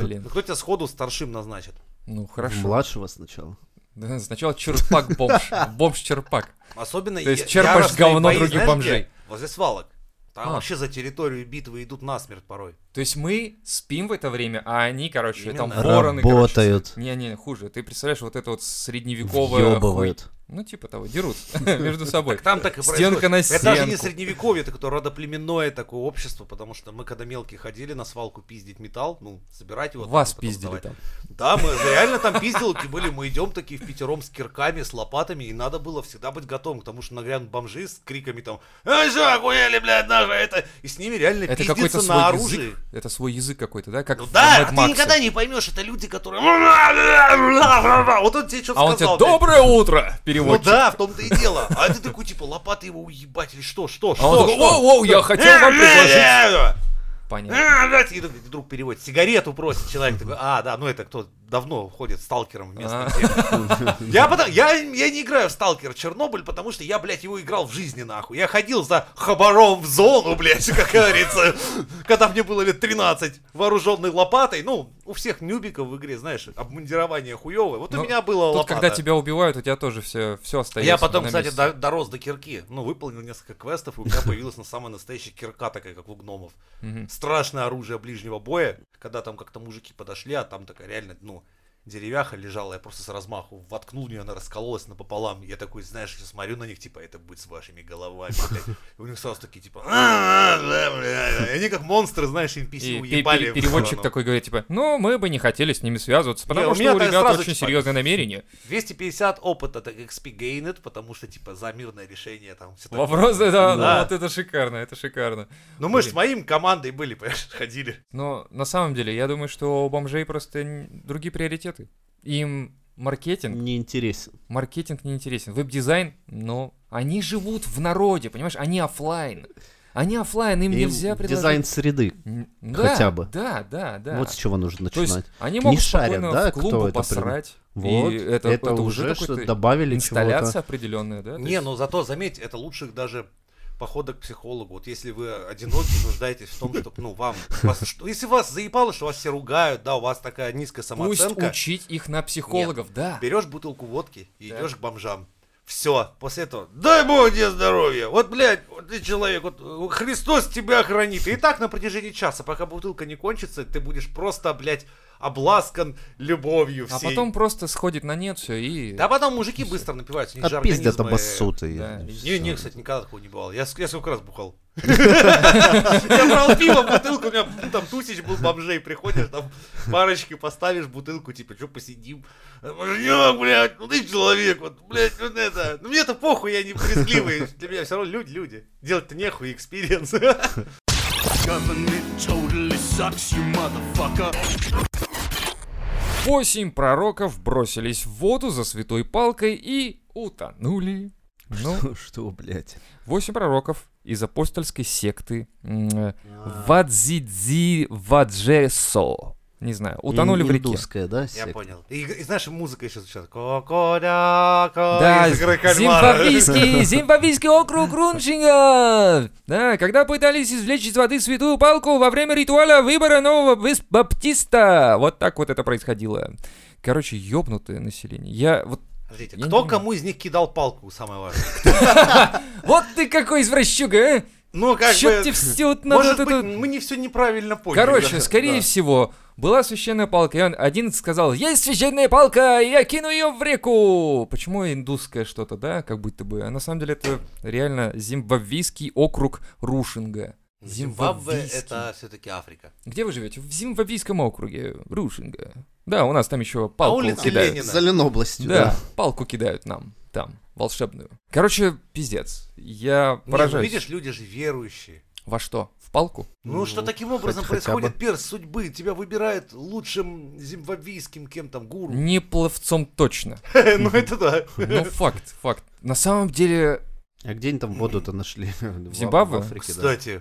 C: Блин.
A: Ну кто тебя сходу старшим назначит?
C: Ну хорошо.
B: Младшего сначала.
C: Да, Сначала черпак
A: (laughs)
C: бомж. Бомж черпак.
A: Особенно
C: То есть
A: я-
C: черпаешь
A: яростные
C: говно
A: бои,
C: других
A: знаешь,
C: бомжей.
A: где? Возле свалок. Там
C: А.
A: вообще за территорию битвы идут насмерть порой.
C: То есть мы спим в это время, а они, короче, там
A: Именно.
C: вороны, короче.
B: Работают.
C: Не-не, хуже. Ты представляешь, вот это вот средневековое... хуй-
B: Въебывают.
C: Ну, типа
A: (laughs)
C: того, дерутся между собой.
A: Там так и
C: Стенка
A: происходит.
C: на
A: Это даже не
C: стенку.
A: средневековье, это какое-то родоплеменное такое общество, потому что мы когда мелкие ходили на свалку пиздить металл, ну, собирать его. там
C: Вас
A: и потом
C: пиздили
A: сдавать.
C: там.
A: Да, мы реально там пизделки были, мы идем такие в пятером с кирками, с лопатами, и надо было всегда быть готовым, к тому что нагрянут бомжи с криками там «Эй, что, охуели, блядь, наша это!» И с ними реально
C: Это какой-то
A: пиздиться
C: свой
A: на оружии.
C: язык. Это свой язык какой-то, да? Как
A: Ну
C: в
A: да,
C: Mad
A: а ты
C: Max'е.
A: никогда не поймешь, это люди, которые... Вот он тебе что-то
C: А он
A: сказал.
C: тебе
A: блядь.
C: «Доброе утро!»
A: Ну
C: переводчик.
A: да, в том-то и дело. А ты такой, типа, лопаты его уебать или что, что,
C: А
A: что,
C: он
A: что?
C: такой,
A: Э,
C: «Воу-воу, я хотел вам предложить...» Понятно.
A: А, блядь, И друг- друг переводит, сигарету просит человек такой, а, да, ну это кто давно ходит сталкером вместо
C: А.
A: (laughs) я, потом, я, я не играю в сталкер Чернобыль, потому что я, блядь, его играл в жизни, нахуй. Я ходил за хабаром в зону, блядь, (laughs) как говорится, когда мне было лет 13, вооруженной лопатой. Ну, у всех нюбиков в игре, знаешь, обмундирование хуевое. Вот
C: Ну,
A: у меня было
C: Тут,
A: лопата.
C: когда тебя убивают, у тебя тоже все, все остается
A: Я потом,
C: на
A: кстати,
C: месте.
A: до- дорос до кирки. Ну, выполнил несколько квестов, и у
C: (laughs)
A: меня появилась на самая настоящая кирка, такая, как у гномов.
C: Мгм.
A: Страшное оружие ближнего боя. Когда там как-то мужики подошли, а там такая реально, ну, деревяха лежала, я просто с размаху воткнул в нее, она раскололась напополам. Я такой, знаешь, я смотрю на них, типа, это будет с вашими головами, блядь. И у них сразу такие, типа, «А, бля, бля». И они как монстры, знаешь, NPC
C: И пе-
A: уебали.
C: пере-
A: в
C: переводчик
A: сторону.
C: такой говорит, типа, ну, мы бы не хотели с ними связываться, потому
A: у
C: что
A: меня
C: у
A: так
C: ребят
A: сразу
C: очень
A: типа-
C: серьезное намерение.
A: 250 опыта, так XP gained, потому что, типа, за мирное решение там. всё такое.
C: Вопрос, да,
A: Да.
C: вот это шикарно, это шикарно.
A: Ну мы же
C: Блин.
A: с моим командой были, понимаешь, (laughs) ходили.
C: Но на самом деле, я думаю, что у бомжей просто н- другие приоритеты. Им маркетинг,
B: Не интересен.
C: маркетинг не интересен. Веб-дизайн, но они живут в народе, понимаешь, они оффлайн. Они оффлайн, им,
B: Им
C: нельзя предложить.
B: Дизайн среды.
C: М, да,
B: хотя бы. Ну,
C: Да, да, да.
B: Вот с чего нужно
C: То есть
B: начинать.
C: они могут
B: шарят,
C: спокойно
B: да,
C: в
B: кто
C: клубу
B: это
C: посрать.
B: Вот,
C: и
B: это, уже что
C: какой-то
B: добавили
C: инсталляция
B: чего-то.
C: определенная, да? То
A: Не, ну,
C: есть-
A: но зато, заметь, это лучше даже похода к психологу. Вот если вы одиноки, нуждаетесь в том, чтобы, ну, вам... вас- что- если вас заебало, что вас все ругают, да, у вас такая низкая
C: Пусть
A: самооценка,
C: учить их на психологов, да.
A: берешь бутылку водки и
C: Да.
A: идешь к бомжам. Все, после этого, дай бог тебе здоровья, вот, блядь, вот ты человек, вот э, Христос тебя хранит. И так на протяжении часа, пока бутылка не кончится, ты будешь просто, блядь, обласкан любовью
C: А
A: всей.
C: потом просто сходит на нет все и...
A: Да а потом мужики быстро напиваются, у них же
B: А пиздят
A: организмы, э,
B: обоссут и-
C: да,
B: и
A: Не,
B: всё.
A: не, кстати, никогда такого не бывало. Я, ск- я сколько раз
C: (laughs)
A: бухал. Я брал пиво, бутылку, у меня там тусич был бомжей. Приходишь, там парочки поставишь, бутылку, типа, что посидим. Мужнёк, блядь, ну ты человек, вот, блядь, вот это. Ну мне-то похуй, я не брезгливый. Для меня все равно люди, люди. Делать-то нехуй,
C: (laughs)
A: экспириенс.
E: Government totally sucks, you motherfucker.
C: Восемь пророков бросились в воду за святой палкой и утонули. Ну,
B: Что, что, блядь?
C: восемь пророков из апостольской секты м, э, Вадзидзи Ваджесо. Не знаю, утонули
B: Ин-
C: в реке.
B: Индусская, да,
A: Я
B: секта?
A: понял. И, и знаешь, музыка еще звучала. Коколя,
C: Да,
A: из игры кальмара. (laughs)
C: зимбабвийский, зимбабвийский округ Рунчинга. Да, когда пытались извлечь из воды святую палку во время ритуала выбора нового вис- баптиста. Вот так вот это происходило. Короче, ёбнутое население. Я вот...
A: Подождите,
C: Я не
A: кто
C: понимаю.
A: кому из них кидал палку, самое важное?
C: Вот ты какой извращуга, а!
A: Ну, как
C: Чё
A: бы...
C: тебе все вот надо
A: Может
C: вот
A: быть,
C: это-
A: мы не все неправильно поняли.
C: Короче,
A: да,
C: скорее
A: да.
C: всего, была священная палка, и он один сказал, есть священная палка, и я кину ее в реку. Почему индусское что-то, да, как будто бы. А на самом деле это реально зимбабвийский округ Рушинга.
A: Зимбабве
C: Зимбабвийский.
A: это все-таки Африка.
C: Где вы живете? В зимбабвийском округе Рушинга. Да, у нас там еще
A: А
C: палку
A: улица
C: кидают.
A: Ленина.
B: За Ленобластью,
C: Да,
B: да.
C: палку кидают нам там, волшебную. Короче, пиздец. Я
A: Не, ну,
C: поражаюсь.
A: видишь, люди же верующие.
C: Во что? В палку?
A: Ну, что таким образом
B: хоть- хотя
A: происходит
B: бы.
A: перс судьбы. Тебя выбирает лучшим зимбабвийским кем там гуру.
C: Не пловцом точно.
A: (laughs) Ну, это да. (laughs)
C: Ну, факт, факт. На самом деле...
B: А где они там воду-то нашли? (laughs) В
C: Зимбабве?
B: В Африке, да.
C: Типа
A: Кстати,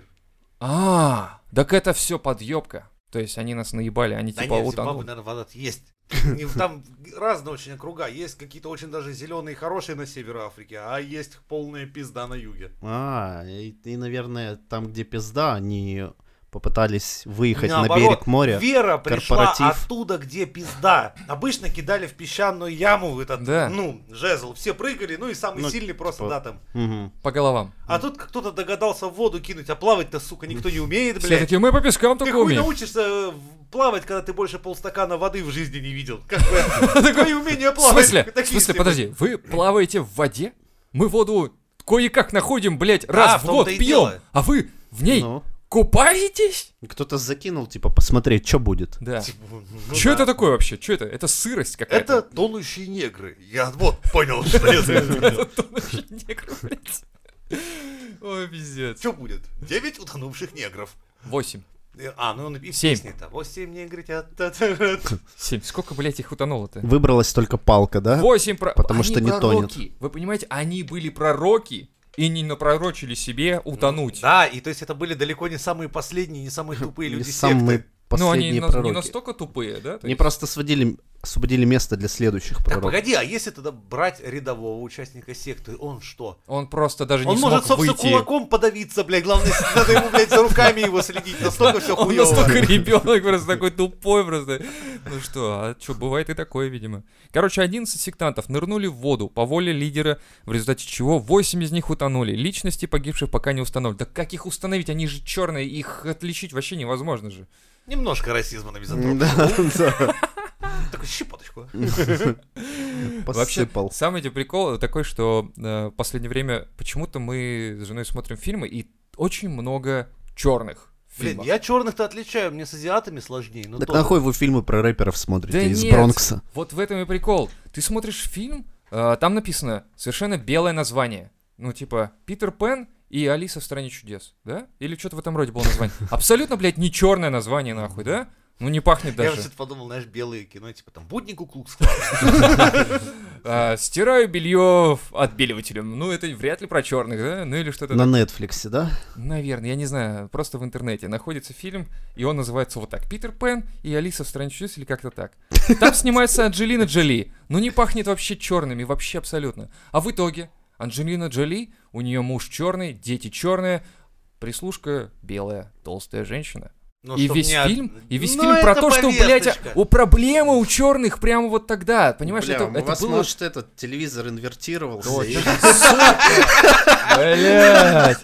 C: А, так это все подъебка. То есть они нас наебали, они
A: да
C: типа
A: нет, в
C: вот
A: Зимбабве,
C: оно.
A: наверное, вода есть. Не, Там разные очень округа. Есть какие-то очень даже зеленые хорошие на севере Африки, а есть полная пизда на юге.
B: А, и, и, наверное, там, где пизда, они попытались выехать
A: Наоборот,
B: на берег моря.
A: Вера пришла
B: корпоратив.
A: оттуда, где пизда. Обычно кидали в песчаную яму этот,
C: Да.
A: ну, жезл. Все прыгали, ну и самый
B: Ну,
A: сильный просто,
B: типа-
A: да, там.
B: Мгм.
C: По головам.
A: А тут кто-то догадался в воду кинуть, а плавать-то, сука, никто не умеет,
C: Все
A: блядь.
C: такие, «Ну, мы по пескам
A: Ты
C: только
A: хуй
C: умеем.
A: научишься э, в- плавать, когда ты больше полстакана воды в жизни не видел. Как
C: (laughs)
A: бы, Какое умение
C: В
A: плавать?
C: смысле? В
A: Такие все,
C: смысле, подожди, вы плаваете в воде? Мы воду кое-как находим, блядь,
A: Да,
C: раз
A: в
C: в
A: том-то
C: год
A: и
C: пьем,
A: дело.
C: а вы в ней
B: Ну,
C: купаетесь?
B: кто-то закинул, типа, посмотреть, что будет.
C: Да.
A: типа, ну
C: Что
A: да.
C: это такое вообще? Что это? Это сырость какая-то.
A: Это тонущие негры. Я вот понял, что
B: (laughs)
A: это.
C: Негр, блядь. Ой, пиздец.
A: Что будет? Девять утонувших негров.
C: Восемь.
A: Э, А, ну он и в
C: Семь.
A: песне-то. Восемь негритят. та-та-та.
C: Семь. Сколько, блядь, их утонуло-то?
B: Выбралась только палка, да?
C: Восемь про...
B: А? Потому
C: Они
B: что не тонет.
C: пророки. Вы понимаете, они были пророки и не напророчили себе утонуть.
A: Да, и то есть это были далеко не самые последние, не самые тупые
C: (laughs)
B: Не
A: люди
B: самые
A: секты.
C: Но Ну, они
B: последние
C: на-
B: пророки.
C: не настолько тупые, да? То
B: Они
C: есть-
B: просто сводили, освободили место для следующих
A: Так
B: пророков.
A: погоди, а если тогда брать рядового участника секты, он что?
C: Он просто даже не
A: Он может,
C: смог
A: собственно,
C: выйти.
A: кулаком подавиться, блядь. Главное, надо ему, блядь, за руками его следить. Настолько все
C: (laughs) Он
A: хуево.
C: настолько ребенок, просто такой тупой просто. Ну что, а что, бывает и такое, видимо. Короче, 11 сектантов нырнули в воду по воле лидера, в результате чего 8 из них утонули. Личности погибших пока не установлены. Да как их установить? Они же черные, их отличить вообще невозможно же.
A: Немножко расизма на мизантроп.
B: (laughs) Да, да.
A: Такую щепоточку.
B: Посыпал.
C: Вообще, сам эти прикол такой, что э, в последнее время почему-то мы с женой смотрим фильмы, и очень много черных
A: Блин,
C: фильмов.
A: я черных-то отличаю, мне с азиатами сложнее. Ну,
B: Так
A: тоже.
B: нахуй вы фильмы про рэперов
C: Да
B: смотрите из
C: нет.
B: Бронкса?
C: Вот в этом и прикол. Ты смотришь фильм, э, там написано совершенно белое название. Ну, типа, Питер Пен и Алиса в стране чудес, да? Или что-то в этом роде было
A: (laughs)
C: название. Абсолютно, блядь, не черное название, нахуй, да? Ну, не пахнет
A: Я
C: даже.
A: же подумал, знаешь, белые кино, типа там «Будни Куклукс
C: А, стираю белье отбеливателем. Ну, это вряд ли про черных, да? Ну, или что-то
B: На
A: (laughs)
B: Нетфликсе, да? (laughs)
C: Наверное, я не знаю, просто в интернете находится фильм, и он называется вот так. Питер Пен и Алиса в стране чудес или как-то так. Там снимается Анджелина Джоли, но не пахнет вообще черными, вообще абсолютно. А в итоге Анджелина Джоли, у нее муж черный, дети черные, прислушка белая, толстая женщина.
A: Ну,
C: и
A: чтоб
C: весь
A: не от-
C: фильм, и весь
A: Ну,
C: фильм про
A: это
C: то, что, блядь,
A: повесточка.
C: а- у проблемы у черных прямо вот тогда, понимаешь, это,
A: ну
C: это было...
B: этот телевизор инвертировался.
C: Точно. Блядь.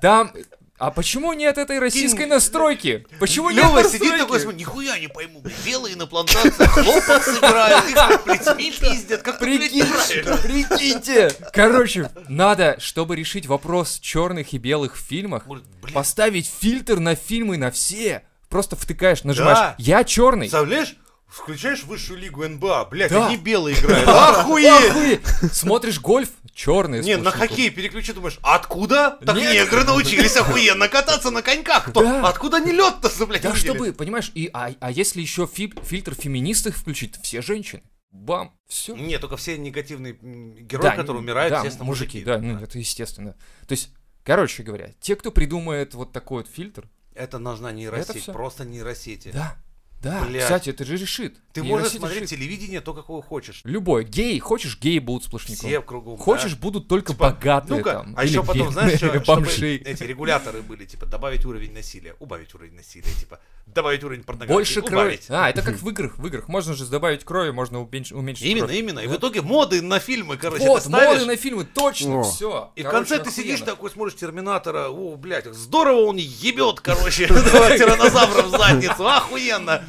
C: Там... А почему нет этой российской настройки? Почему нет
A: Лёва сидит
C: настройки?
A: такой, смотри, нихуя не пойму, блядь, белые на плантациях хлопок сыграют, их там
C: (laughs)
A: плетьми пиздят, как-то, блядь,
C: Прикинь,
A: неправильно.
C: прикиньте. Короче, надо, чтобы решить вопрос черных и белых в фильмах,
A: Может, блядь,
C: поставить фильтр на фильмы на все. Просто втыкаешь, нажимаешь.
A: Да.
C: Я черный.
A: представляешь, включаешь высшую лигу НБА, блядь,
C: Да.
A: они белые
C: (laughs)
A: играют, охуеть!
C: Смотришь гольф, черный.
A: Не, на хоккей переключи, думаешь, откуда? Так
C: Нет.
A: негры научились охуенно кататься на коньках. Кто-
C: Да.
A: Откуда они лед-то, с- блядь,
C: Да
A: увидели?
C: чтобы, понимаешь, и а, а если еще фи- фильтр феминисток включить, все женщины. Бам, все.
A: Не, только все негативные м, герои, которые
C: н-
A: умирают,
C: да,
A: естественно, мужики.
C: Да, ну это естественно. То есть, короче говоря, те, кто придумает вот такой вот фильтр,
A: Это нужна
C: Это
A: нейросеть,
C: всё?
A: просто нейросети.
C: да, Да,
A: Блядь.
C: кстати, это же решит.
A: Ты можешь
C: Нейросеть
A: смотреть
C: решит.
A: телевидение то, какого хочешь.
C: Любой. Гей, хочешь, геи будут сплошником.
A: Все кругом. да.
C: Хочешь, будут только богатые
A: Ну-ка,
C: там.
A: а
C: или
A: еще потом,
C: (laughs)
A: знаешь,
C: бедные,
A: что, чтобы
C: бомжи.
A: эти регуляторы были, типа, добавить уровень насилия, убавить уровень насилия, типа, добавить уровень порнографии,
C: Больше крови.
A: убавить.
C: А, это как в играх. В играх можно же добавить крови, можно уменьш- уменьшить
A: Именно,
C: кровь.
A: именно. И в итоге моды на фильмы, короче,
C: Вот,
A: ты ставишь,
C: моды на фильмы, точно,
B: О.
C: все.
A: и в конце ты сидишь такой, смотришь Терминатора, о, блядь, здорово он ебет, короче,
C: (laughs)
A: этого (laughs) тиранозавра в задницу, охуенно.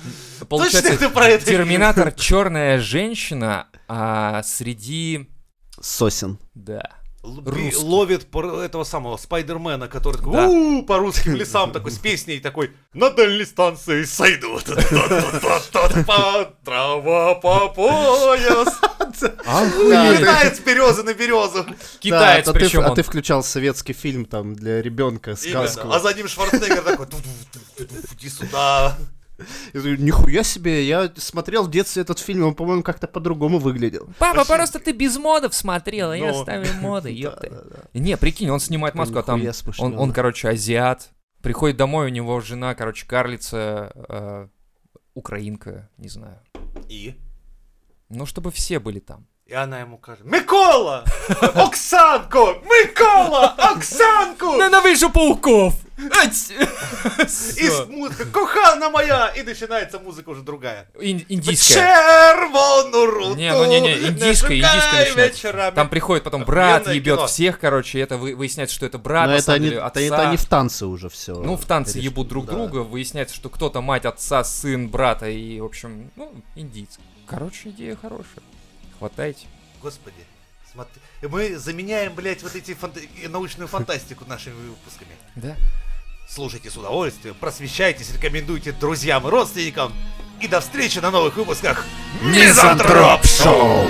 A: Точно ты про это
C: Терминатор черная женщина а, среди.
B: Сосен.
C: Да.
A: Л-
C: Русский.
A: би- ловит пар- этого самого Спайдермена, который такой
C: Да.
A: «У-у-у», по русским лесам такой с песней такой
D: На дальней станции сойду.
A: «Па, трава по пояс. Летает с березы на березу.
C: (laughs) Китаец,
B: Да, а, ты,
C: причем
B: а
C: он.
B: ты включал советский фильм там для ребенка, сказку.
A: Именно. А за ним Шварценеггер такой «Ту-ту-ту-ту-ту, иди сюда.
B: Я говорю, Нихуя себе, я смотрел в детстве этот фильм, он, по-моему, как-то по-другому выглядел.
C: Папа, просто ты без модов смотрел, а я
A: Ну.
B: (laughs)
C: ставил моды, ёпты. Не, прикинь, он снимает маску, а там
B: нихуя
C: он,
B: смышлёный.
C: он, короче, азиат. Приходит домой, у него жена, короче, карлица, э, украинка, не знаю.
A: И?
C: Ну, чтобы все были там.
A: И она ему кажет «Микола! Оксанку! Микола! Оксанку!»
C: Ненавижу пауков! (laughs)
A: И с- музыка «Кохана моя!» И начинается музыка уже другая.
C: Ин- Индийская.
A: Червону руту
C: Не, ну не, не, индийская,
A: не
C: индийская
A: шукай
C: начинается.
A: вечерами».
C: Там приходит потом брат,
A: Охуенное
C: ебет
A: кино.
C: всех, короче, и это вы- выясняется, что это брат,
B: Но
C: на
B: это
C: самом
B: они,
C: деле,
B: это-
C: отца.
B: это они в танце уже все.
C: Ну, в танце ебут друг друга, выясняется, что кто-то мать отца, сын брата и, в общем, ну, индийцы. Короче, идея хорошая. Хватайте.
A: Господи, смотри. Мы заменяем, блядь, вот эти фанта- и научную фантастику нашими выпусками.
C: Да.
A: Слушайте с удовольствием, просвещайтесь, рекомендуйте друзьям и родственникам. И до встречи на новых выпусках.
D: Мизантроп Шоу!